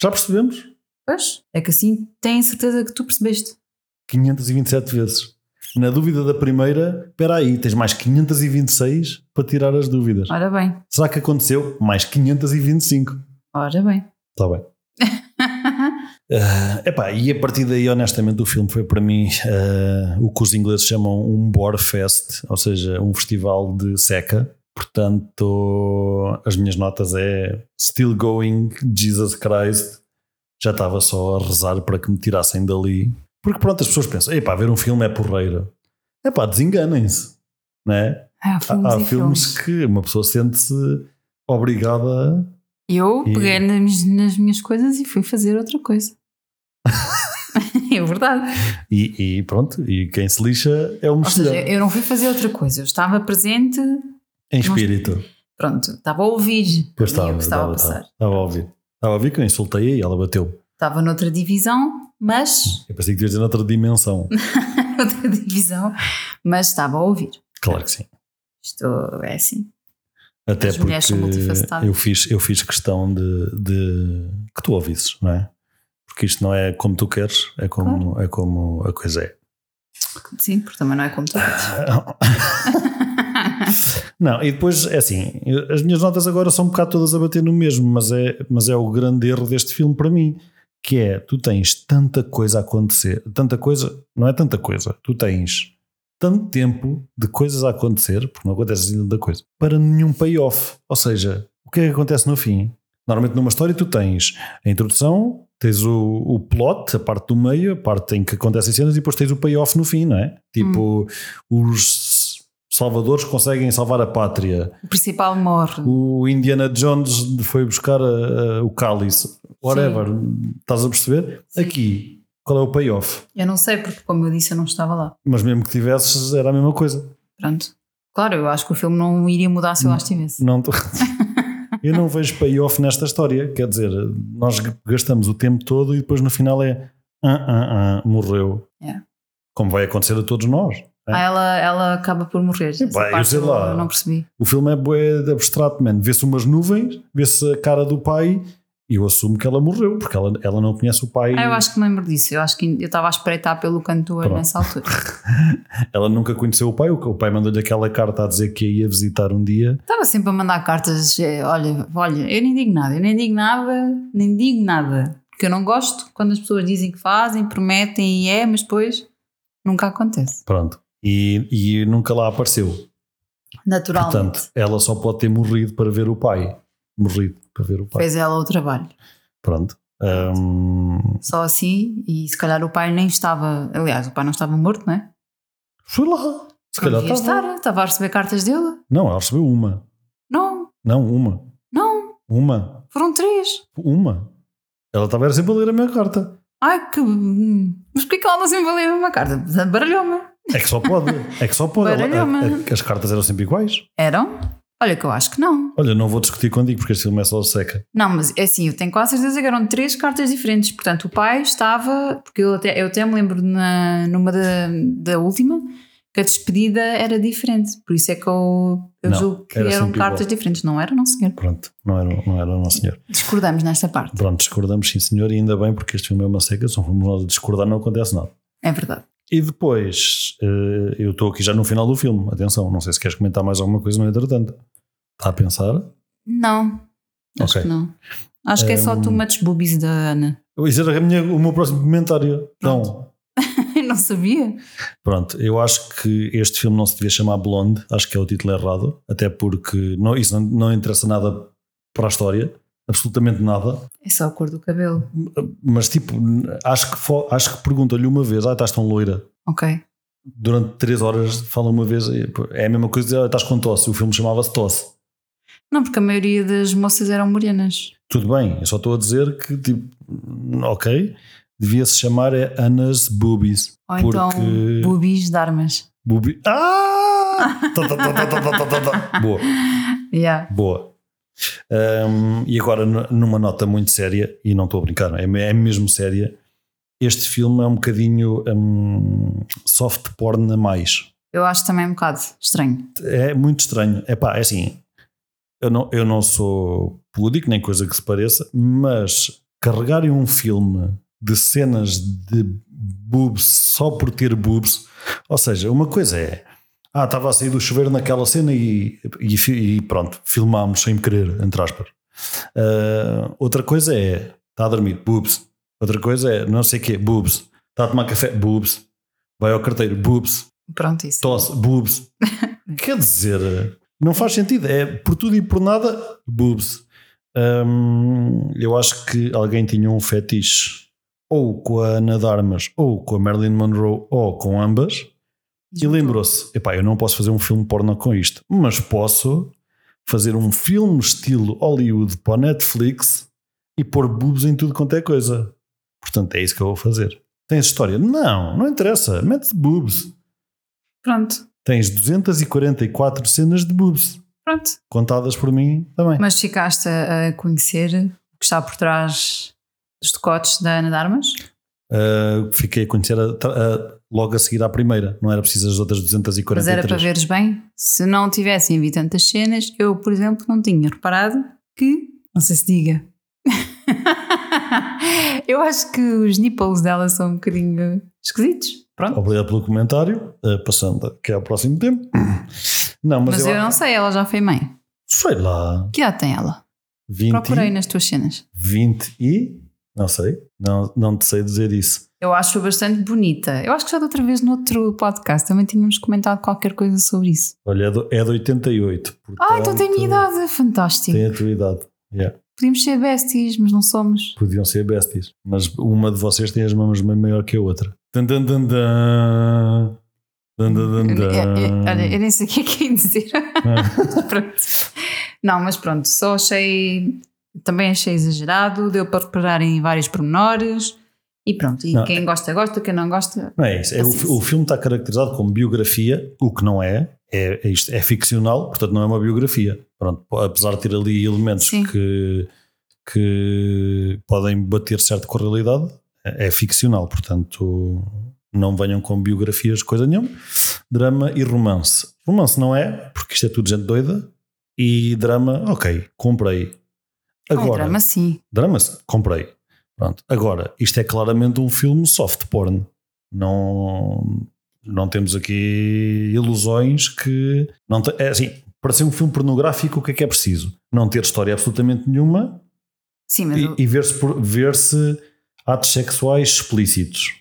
B: Já percebemos?
A: Pois, é que assim tenho certeza que tu percebeste.
B: 527 vezes. Na dúvida da primeira, espera aí, tens mais 526 para tirar as dúvidas.
A: Ora bem,
B: Será que aconteceu? Mais 525.
A: ora bem.
B: Está Tá bem. Ah, epá, e a partir daí, honestamente, o filme foi para mim ah, o que os ingleses chamam um bore fest, ou seja, um festival de seca. Portanto, as minhas notas é still going, Jesus Christ. Já estava só a rezar para que me tirassem dali. Porque pronto, as pessoas pensam, epá, ver um filme é porreiro. Epá, desenganem-se, né?
A: Há
B: Há,
A: filmes
B: há
A: e filmes.
B: filmes que uma pessoa sente-se obrigada
A: Eu
B: E- é.
A: peguei nas, nas minhas coisas e fui fazer outra coisa. é verdade.
B: e, e pronto, e quem se lixa é um
A: Ou
B: mexilhão.
A: seja, eu não fui fazer outra coisa. Eu estava presente, é um
B: Em espírito.
A: pronto, estava a ouvir
B: Pois
A: sabia
B: estava,
A: o que estava
B: estava,
A: a
B: estava,
A: passar.
B: estava a ouvir. Estava a ouvir que eu insultei e ela bateu.
A: Estava noutra divisão, mas
B: Eu pensei que devias dizer noutra dimensão.
A: outra divisão, mas estava a ouvir.
B: Claro que sim.
A: Isto é assim.
B: Até
A: As mulheres são
B: porque
A: multifacetadas.
B: eu fiz, eu fiz questão de, de que tu ouvisses, não é? Porque isto não é como tu queres, é como, é como a coisa é.
A: Sim, porque também não é como tu dizes.
B: Não, e depois, é assim, eu- as minhas notas agora são um bocado todas a bater no mesmo, mas é, mas é o grande erro deste filme para mim, que é, tu tens tanta coisa a acontecer, tanta coisa, não é tanta coisa, tu tens tanto tempo de coisas a acontecer, porque não acontece assim tanta coisa, para nenhum payoff, ou seja, o que é que acontece no fim? Normalmente numa história tu tens a introdução, tens o, o plot, a parte do meio, a parte em que acontecem cenas e depois tens o payoff no fim, não é? Tipo, os salvadores conseguem salvar a pátria,
A: O principal morre.
B: o Indiana Jones foi buscar a- a- o cálice, whatever, estás a perceber?
A: Sim.
B: Aqui, qual é o payoff?
A: Eu não sei, porque como eu disse, eu não estava lá.
B: Mas mesmo que tivesses, era a mesma coisa.
A: Pronto. Claro, eu acho que o filme não iria mudar
B: Hum.
A: se eu lá estivesse.
B: Não tô- Eu não vejo payoff nesta história, quer dizer, nós gastamos o tempo todo e depois no final é ah, ah, ah, morreu.
A: Yeah.
B: Como vai acontecer a todos nós. não é?
A: Ah, ela, ela acaba por morrer. Essa
B: pá, eu
A: parte
B: sei lá.
A: não percebi.
B: O filme é bué de abstrato, man. Vê-se umas nuvens, vê-se a cara do pai e eu assumo que ela morreu, porque ela, ela não conhece o pai.
A: Ah, eu acho que me lembro disso. Eu acho que eu estava a espreitar pelo cantor
B: Pronto.
A: nessa altura.
B: Ela nunca conheceu o pai, o o pai mandou-lhe aquela carta a dizer que a ia visitar um dia.
A: Estava sempre a mandar cartas. eh, Olha, olha, eu nem digo nada, eu nem digo nada, nem digo nada. Porque eu não gosto quando as pessoas dizem que fazem, prometem e é, mas depois nunca acontece.
B: Pronto. E, e nunca lá apareceu.
A: Naturalmente.
B: Portanto, ela só pode ter morrido para ver o pai. Morrido para ver o pai.
A: Fez ela o trabalho.
B: Pronto. Ahm,
A: Só assim, e se calhar o pai nem estava. Aliás, o pai não estava morto, não é?
B: foi lá. Se
A: Não
B: calhar
A: devia
B: estava.
A: estar, estava a receber cartas dele.
B: Não, ela recebeu uma.
A: Não,
B: Não, uma.
A: não,
B: Uma.
A: foram três.
B: Uma. Ela estava era sempre a ler a minha carta.
A: Ai que. hum, Mas porquê que ela não sempre a ler a mesma carta? Baralhou-me.
B: É que só pode. É que só pode. Ela-
A: Baralhou-me.
B: a- a- as cartas eram sempre iguais.
A: Eram? Olha, que eu acho que não.
B: Olha, não vou discutir contigo porque este filme é só seca.
A: Não, mas é assim, eu tenho quase certeza que eram três cartas diferentes. Portanto, o pai estava. Porque eu até, eu até me lembro na, numa da, da última que a despedida era diferente. Por isso é que eu, eu
B: Não,
A: julgo que
B: era
A: eram
B: sempre
A: cartas diferentes. Não era, não, senhor.
B: Pronto. Não era, não era não, senhor.
A: Discordamos nesta parte.
B: Pronto, discordamos, sim senhor, e ainda bem, porque este filme é uma seca, se não formos nós a discordar, não acontece nada.
A: É verdade.
B: E depois, eh, eu estou aqui já no final do filme, atenção, não sei se queres comentar mais alguma coisa no entretanto. Está a pensar?
A: Não. Acho
B: Ok.
A: que não. Acho que é só
B: Hum.
A: tu much boobies da Ana.
B: Isso era a minha- o meu próximo comentário. Então,
A: Eu não sabia.
B: pronto, eu acho que este filme não se devia chamar Blonde, acho que é o título errado, até porque não, isso não, não interessa nada para a história, absolutamente nada.
A: É só a cor do cabelo.
B: Mas tipo, acho que, fo- acho que pergunta-lhe uma vez, ah, estás tão loira.
A: Ok.
B: durante três horas fala uma vez, é a mesma coisa, dizer, "Ah, estás com tosse, o filme chamava-se Tosse.
A: Não, porque a maioria das moças eram morenas.
B: Tudo bem, eu só estou a dizer que, tipo, ok, devia-se chamar é Anna's Boobies.
A: Ou então boobies de armas.
B: Boobi- Ah! Tá, tá, tá, tá, tá, tá, tá, tá, tá. Boa,
A: Yeah.
B: boa. Ahm, e agora, nu- numa nota muito séria, e não estou a brincar, é, me- é mesmo séria, este filme é um bocadinho hum, soft porn a mais.
A: Eu acho também um bocado estranho.
B: é muito estranho. É pá, é assim. Eu não, eu não sou pudico, nem coisa que se pareça, mas carregarem um filme de cenas de boobs só por ter boobs, ou seja, uma coisa é. Ah, estava a sair do chuveiro naquela cena e, e, fi- e pronto, filmámos sem querer, entre aspas. Ah, outra coisa é, está a dormir, boobs. Outra coisa é, não sei o quê, boobs. Está a tomar café, boobs. Vai ao carteiro, boobs
A: Pronto, isso.
B: tosse, boobs. Quer dizer, não faz sentido. É por tudo e por nada, boobs. Hum, eu acho que alguém tinha um fetiche ou com a Ana Darmas, ou com a Marilyn Monroe, ou com ambas, e lembrou-se: epá, eu não posso fazer um filme porno com isto, mas posso fazer um filme estilo Hollywood para o Netflix e pôr boobs em tudo quanto é coisa. Portanto, é isso que eu vou fazer. Tens história? Não, não interessa. Mete boobs
A: Pronto,
B: tens 244 cenas de boobs,
A: pronto.
B: contadas por mim também.
A: Mas ficaste a a conhecer o que está por trás dos decotes da Ana Darmas?
B: ah, fiquei a conhecer a- a- logo a seguir à primeira. Não era preciso as outras 243.
A: Mas era para veres bem. Se não tivessem havido tantas cenas, eu, por exemplo, não tinha reparado que. Não sei se diga. eu acho que os nipples dela são um bocadinho esquisitos. Pronto.
B: Obrigado pelo comentário. Ah, passando que é ao próximo tempo. Não, Oh, mas,
A: Mas, eu, não sei, ela já foi mãe.
B: Sei lá.
A: Que idade tem ela?
B: 20,
A: Procurei nas tuas cenas.
B: 20 e. Não sei. Não, não te sei dizer isso.
A: Eu acho bastante bonita. Eu acho que já da outra vez no outro podcast também tínhamos comentado qualquer coisa sobre isso.
B: Olha, é do- é de 88.
A: Ah, então tem a minha
B: portanto,
A: idade. Fantástico.
B: Tem a tua idade. Yeah.
A: Podíamos ser besties, mas não somos.
B: Podiam ser besties. Mas uma de vocês tem as mamas bem maior que a outra. Tan, tan, tan, tan. Tan, tan, tan,
A: Eu- eu- eu-
B: tan.
A: É, Olha, eu nem sei o que é que ia dizer. Pronto. Não, mas pronto, só achei. Também achei exagerado, deu para reparar em vários pormenores e pronto. E
B: Não, é-
A: quem gosta, gosta, quem não gosta.
B: Não é isso. É, o, fi- o filme está caracterizado como biografia, o que não é. É, é isto, é ficcional, portanto não é uma biografia. Pronto, po- apesar de ter ali elementos
A: Sim.
B: que, que podem bater certo com a realidade, é, é ficcional, portanto não venham com biografias, coisa nenhuma. Drama e romance. Romance não é, porque isto é tudo gente doida. E drama, ok, comprei.
A: Agora,
B: Agora,
A: drama, sim.
B: drama, comprei. Pronto. Agora, isto é claramente um filme soft porn. Não, não temos aqui ilusões que. Não te- é assim, para ser um filme pornográfico, o que é que é preciso? Não ter história absolutamente nenhuma
A: Sim, mas eu-
B: e, e ver-se por- ver-se atos sexuais explícitos.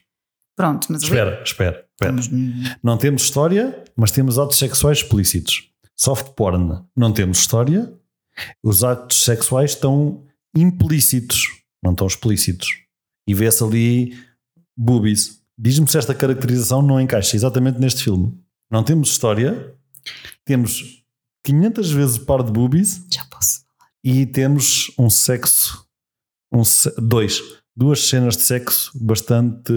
A: pronto, mas eu-
B: Espera, espera, espera.
A: Mas, hum,
B: Não temos história, mas temos atos sexuais explícitos. Soft porn, não temos história. Os atos sexuais estão implícitos, não estão explícitos. E vê-se ali boobies. Diz-me se esta caracterização não encaixa exatamente neste filme. Não temos história, temos 500 vezes o par de boobies
A: já posso.
B: e temos um sexo, um se- dois, duas cenas de sexo bastante,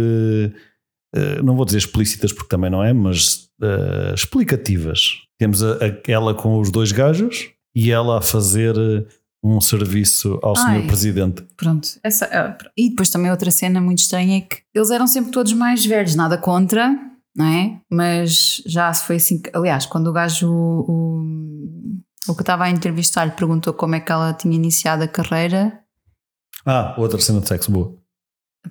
B: eh, não vou dizer explícitas porque também não é, mas eh, explicativas. Temos a, a- ela com os dois gajos e ela a fazer eh, um serviço ao
A: Ai.
B: senhor presidente.
A: Pronto. Essa, ah, e depois também outra cena muito estranha é que eles eram sempre todos mais velhos, nada contra, não é? Mas já se foi assim. que- Aliás, quando o gajo, o, o que estava a entrevistar, lhe perguntou como é que ela tinha iniciado a carreira.
B: Ah, outra cena de sexo boa.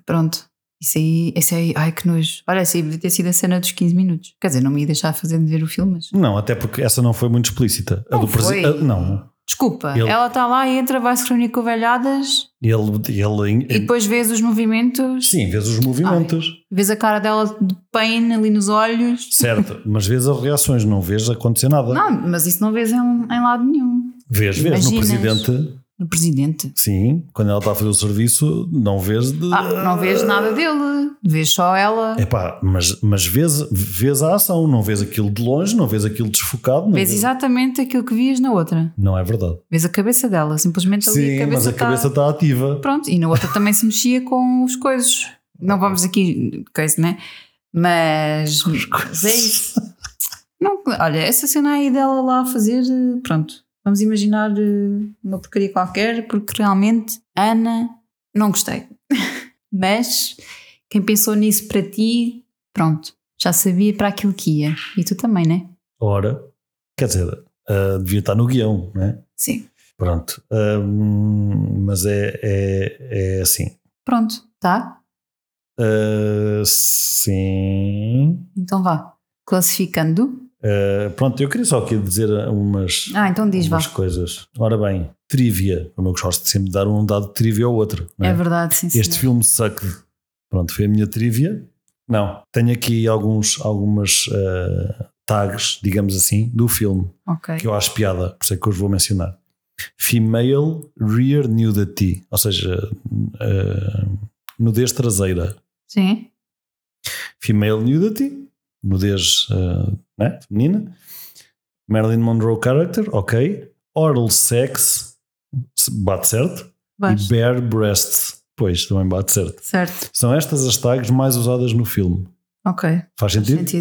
A: Pronto. Isso aí, isso aí, ai que nojo. Olha, isso aí devia ter sido a cena dos 15 minutos. Quer dizer, não me ia deixar fazer de ver o filme, mas.
B: Não, até porque essa não foi muito explícita.
A: Não
B: presi-
A: foi.
B: a- não.
A: Desculpa,
B: Ele-
A: ela está lá, entra, vai-se reunir com velhadas
B: Ele, ele,
A: e depois vês os movimentos,
B: sim, vês os movimentos.
A: vês a cara dela de pain ali nos olhos.
B: Certo, mas vês as reações, não vês acontecer nada.
A: Não, mas isso não vês em, em lado nenhum.
B: Vês, vês no
A: Imaginas.
B: presidente,
A: No presidente.
B: sim, quando ela está a fazer o serviço, não vês de.
A: Ah, não vês nada dele, vês só ela.
B: Epá, mas, mas vês, vês a ação, não vês aquilo de longe, não vês aquilo desfocado. Não,
A: Vês exatamente aquilo que vias na outra.
B: não é verdade.
A: Vês a cabeça dela, simplesmente ali
B: Sim,
A: Então, a cabeça tá-
B: mas a
A: está-
B: cabeça está ativa.
A: Pronto, e na outra também se mexia com os coisas. Não vamos aqui, coisa, né? Mas. mas é isso. Não, olha, essa cena aí dela lá a fazer, eh, pronto. Vamos imaginar eh, uma porcaria qualquer, porque realmente, Ana, não gostei. Mas quem pensou nisso para ti, pronto, já sabia para aquilo que ia. E tu também, né?
B: Ora, quer dizer, ah, devia estar no guião, não é?
A: Sim.
B: Pronto. Ahm, mas é, é, é assim.
A: Pronto, tá?
B: Ah, sim.
A: Então vá. Classificando.
B: Ah, pronto, eu queria só aqui dizer umas.
A: Ah, então diz, vá.
B: umas coisas. Ora bem, trivia. Como eu gosto de sempre dar um dado de trivia ao outro. não é?
A: É verdade, sim,
B: Este
A: senhor.
B: filme suck. Pronto, foi a minha trivia. Não, tenho aqui alguns, algumas ah, tags, digamos assim, do filme,
A: Ok.
B: que eu acho piada, por isso é que eu os vou mencionar. Female rear nudity, ou seja, ah, nudez traseira.
A: Sim.
B: Female nudity, nudez ah, né, feminina. Marilyn Monroe character, ok. Oral sex, se- bate certo.
A: Vai.
B: E bare breasts, pois, também bate certo.
A: Certo.
B: São estas as tags mais usadas no filme.
A: Ok.
B: Faz sentido? Faz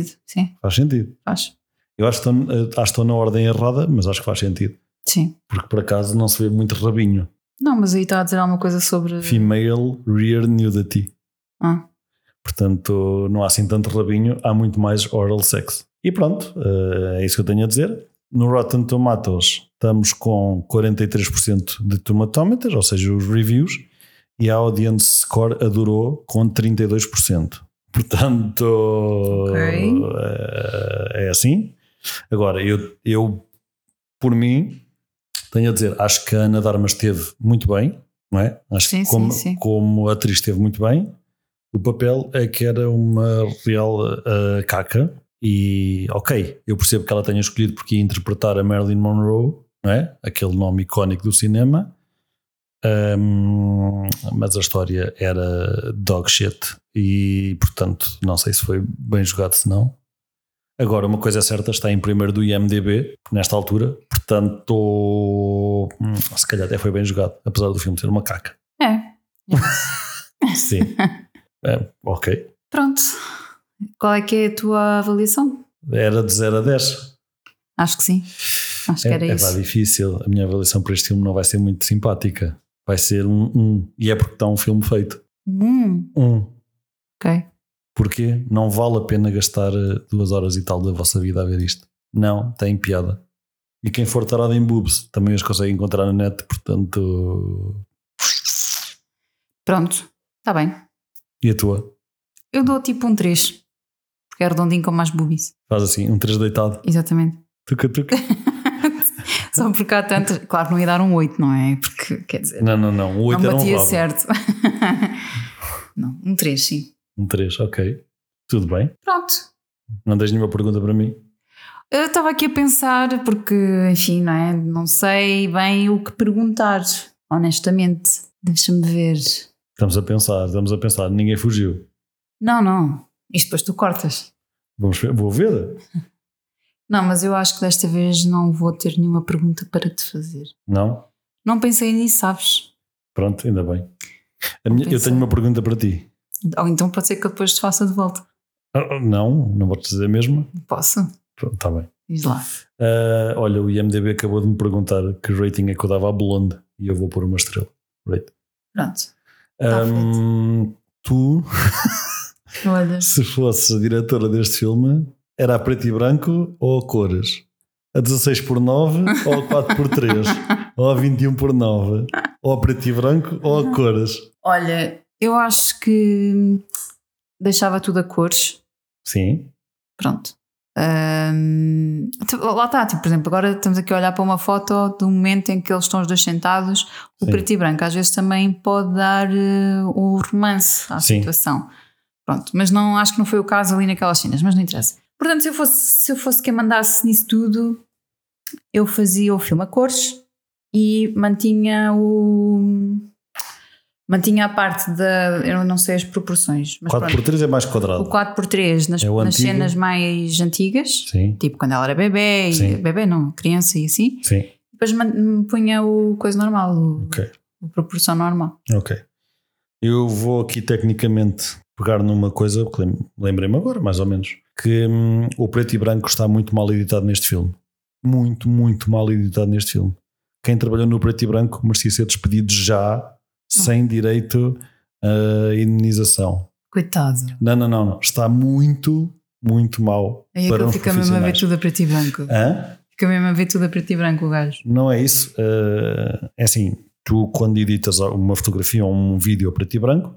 B: sentido.
A: Sentido. Sim, faz.
B: Eu acho que, estão, eh, acho que estão na ordem errada, mas acho que faz sentido.
A: Sim.
B: Porque por acaso não se vê muito rabinho.
A: Não, mas aí está a dizer alguma coisa sobre.
B: Female rear nudity.
A: Ah.
B: Portanto, não há assim tanto rabinho, há muito mais oral sex. E pronto, eh, é isso que eu tenho a dizer. No Rotten Tomatoes estamos com 43% de tomatometers, ou seja, os reviews, e a audience score adorou com 32%. Portanto,
A: Ok.
B: eh, é assim. Agora, eu, eu, por mim, tenho a dizer, acho que a Ana Darmas esteve muito bem, não é? Acho
A: Sim,
B: que como,
A: sim, sim.
B: como atriz esteve muito bem. O papel é que era uma real eh, caca. E, ok, eu percebo que ela tenha escolhido porque ia interpretar a Marilyn Monroe, não é? Aquele nome icónico do cinema. Ahm, mas a história era dog shit e, portanto, não sei se foi bem jogado se não. Agora, uma coisa é certa, está em primeiro do IMDB, nesta altura, portanto, hum, se calhar até foi bem jogado, apesar do filme ser uma caca.
A: É.
B: Sim. É, ok.
A: Pronto. Qual é que é a tua avaliação?
B: Era de 0 a 10.
A: Acho que sim. Acho que era
B: é, é pá,
A: isso.
B: difícil. A minha avaliação para este filme não vai ser muito simpática. Vai ser um 1. E é porque está um filme feito.
A: Hum,
B: Um.
A: ok.
B: Porquê? Não vale a pena gastar eh, duas horas e tal da vossa vida a ver isto. Não, tem piada. E quem for tarado em boobs também as consegue encontrar na net, portanto.
A: Pronto. Está bem.
B: E a tua?
A: Eu dou tipo um 3. Porque é redondinho com mais boobies.
B: Faz assim, um 3 deitado.
A: Exatamente.
B: Tuca, tuca.
A: Só porque há tantas. Claro, que não ia dar um 8, não é? Porque, quer dizer,
B: Não, não, não. Um 8
A: não
B: era um
A: batia
B: rabo.
A: certo. não, um 3, sim.
B: Um 3, ok. Tudo bem.
A: Pronto.
B: Não tens nenhuma pergunta para mim?
A: Eu estava aqui a pensar, porque, enfim, não é? Não sei bem o que perguntar, honestamente. Deixa-me ver.
B: Estamos a pensar, estamos a pensar. Ninguém fugiu.
A: Não, não. Isto depois tu cortas.
B: Vamos ver, vou ver.
A: Não, mas eu acho que desta vez não vou ter nenhuma pergunta para te fazer.
B: Não?
A: Não pensei nisso, sabes?
B: Pronto, ainda bem. A minha- eu
A: pensar.
B: tenho uma pergunta para ti.
A: Ou então pode ser que eu depois te faça de volta.
B: Ah, Não, não vou-te dizer a mesma.
A: Posso?
B: Pronto, está bem.
A: Diz lá.
B: Ah, olha, o IMDB acabou de me perguntar que rating é que eu dava à Blonde e eu vou pôr uma estrela. Right.
A: Pronto. Tá
B: Ahm, tu,
A: Olha.
B: se fosses a diretora deste filme, era a preto e branco ou a cores? A 16 por 9 ou a 4 por 3 ou a 21 por 9 ou a preto e branco ou
A: Uhum.
B: a cores?
A: Olha, eu acho que deixava tudo a cores.
B: Sim,
A: Pronto. Ahm, t- lá está, tipo, por exemplo, agora estamos aqui a olhar para uma foto do momento em que eles estão os dois sentados, o
B: Sim.
A: preto e branco. Às vezes também pode dar eh, um romance à
B: Sim.
A: situação. Pronto, mas não acho que não foi o caso ali naquelas cenas, mas não interessa. Portanto, se eu fosse, se eu fosse quem mandasse nisso tudo, eu fazia o filme a cores e mantinha o. Mantinha a parte da. Eu não sei as proporções, mas
B: 4
A: pronto.
B: por 3 é mais
A: O
B: quadrado.
A: 4x3 nas,
B: É o
A: nas
B: antigo.
A: cenas mais antigas,
B: Sim,
A: tipo quando ela era bebê, e-
B: Sim.
A: bebê não, criança e assim.
B: sim,
A: Depois man- punha o coisa normal, o,
B: ok.
A: a proporção normal.
B: Ok. Eu vou aqui tecnicamente pegar numa coisa que lem- lembrei-me agora, mais ou menos, que hum, o preto e branco está muito mal editado neste filme. Muito, muito mal editado neste filme. Quem trabalhou no preto e branco merecia ser despedido já, sem direito a indenização.
A: Coitado.
B: Não, não, não, não. Está muito, muito mal
A: Aí é
B: para
A: aquilo
B: os
A: fica mesmo a ver
B: profissionais. Ah.
A: tudo a preto e branco.
B: Hã?
A: Fica mesmo a ver tudo a preto e branco o gajo.
B: Não é isso. eh, é assim, tu quando editas uma fotografia ou um vídeo a preto e branco,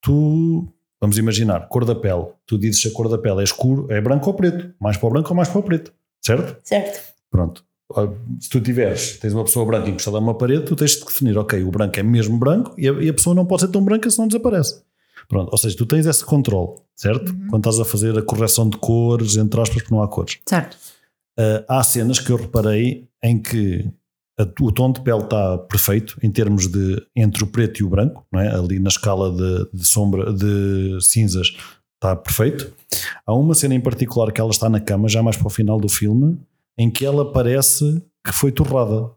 B: tu, vamos imaginar, cor da pele. Tu dizes se a cor da pele é escuro, é branco ou preto. Mais para o branco ou mais para o preto. Certo?
A: Certo.
B: Pronto. Ah, Se tu tiveres, tens uma pessoa branca encostada a uma parede, tu tens de definir, ok, o branco é mesmo branco e a, e a pessoa não pode ser tão branca senão desaparece. Pronto. Ou seja, tu tens esse controle, certo?
A: Uhum.
B: Quando estás a fazer a correção de cores, entre aspas, porque não há cores.
A: Certo.
B: Uh, há cenas que eu reparei em que a- o tom de pele está perfeito em termos de entre o preto e o branco, não é? ali na escala de, de sombra de cinzas está perfeito. Há uma cena em particular que ela está na cama, já mais para o final do filme, em que ela parece que foi torrada,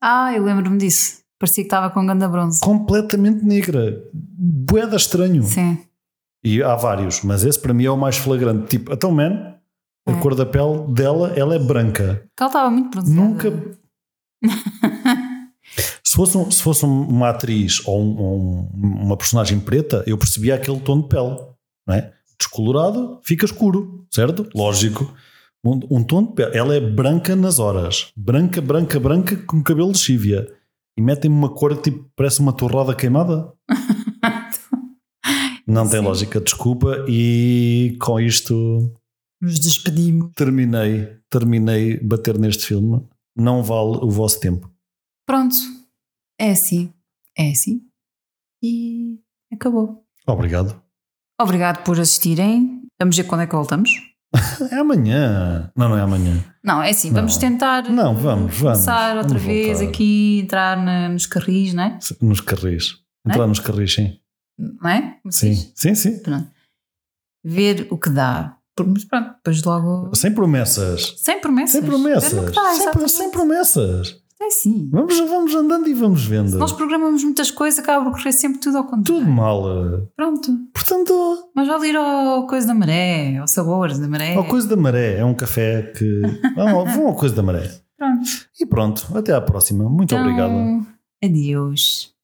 A: Ah, eu lembro-me disso. Parecia que estava com um ganda bronze.
B: completamente negra, boeda estranho.
A: Sim.
B: E há vários, mas esse para mim é o mais flagrante. Tipo, então, man, a
A: É.
B: cor da pele dela, ela é branca.
A: Que ela estava muito bronzeada.
B: Nunca. se, fosse um- se fosse um- uma atriz ou um- um- uma personagem preta, eu percebia aquele tom de pele. não é? Descolorado, fica escuro, certo? Lógico. Um, um tom de pele. Ela é branca nas horas. Branca, branca, branca, com cabelo de chívia. E metem-me uma cor que tipo, parece uma torrada queimada. Não tem
A: Sim.
B: lógica, desculpa. E com isto
A: Nos despedimos.
B: terminei, terminei bater neste filme. Não vale o vosso tempo.
A: Pronto. É assim. É assim. E acabou.
B: Obrigado.
A: Obrigado por assistirem. Vamos ver quando é que voltamos.
B: É amanhã. Não, não é amanhã.
A: Não, é assim,
B: Não.
A: vamos tentar eh,
B: Não, vamos, vamos.
A: começar outra
B: Vamos
A: vez
B: voltar.
A: aqui, entrar na- nos carris, não é?
B: Nos carris. Entrar
A: É?
B: nos carris, sim.
A: Não é? Como se
B: Sim,
A: diz?
B: sim, sim.
A: Pronto. Ver o que dá. Por- Mas pronto, depois logo.
B: Sem promessas.
A: Sem promessas.
B: Sem promessas.
A: Ver no que dá,
B: Sem-
A: exatamente.
B: sem promessas.
A: É sim.
B: Vamos, vamos andando e vamos vendo.
A: Nós programamos muitas coisas, acaba por correr sempre tudo ao contrário.
B: Tudo mal.
A: Pronto.
B: Portanto,
A: Mas vale ir ao coisa da maré, ao sabor da maré.
B: Ao Coisa da Maré é um café que. Vão, vão ao Coisa da Maré.
A: Pronto.
B: E pronto, até à próxima. Muito
A: Então,
B: obrigado.
A: Adeus.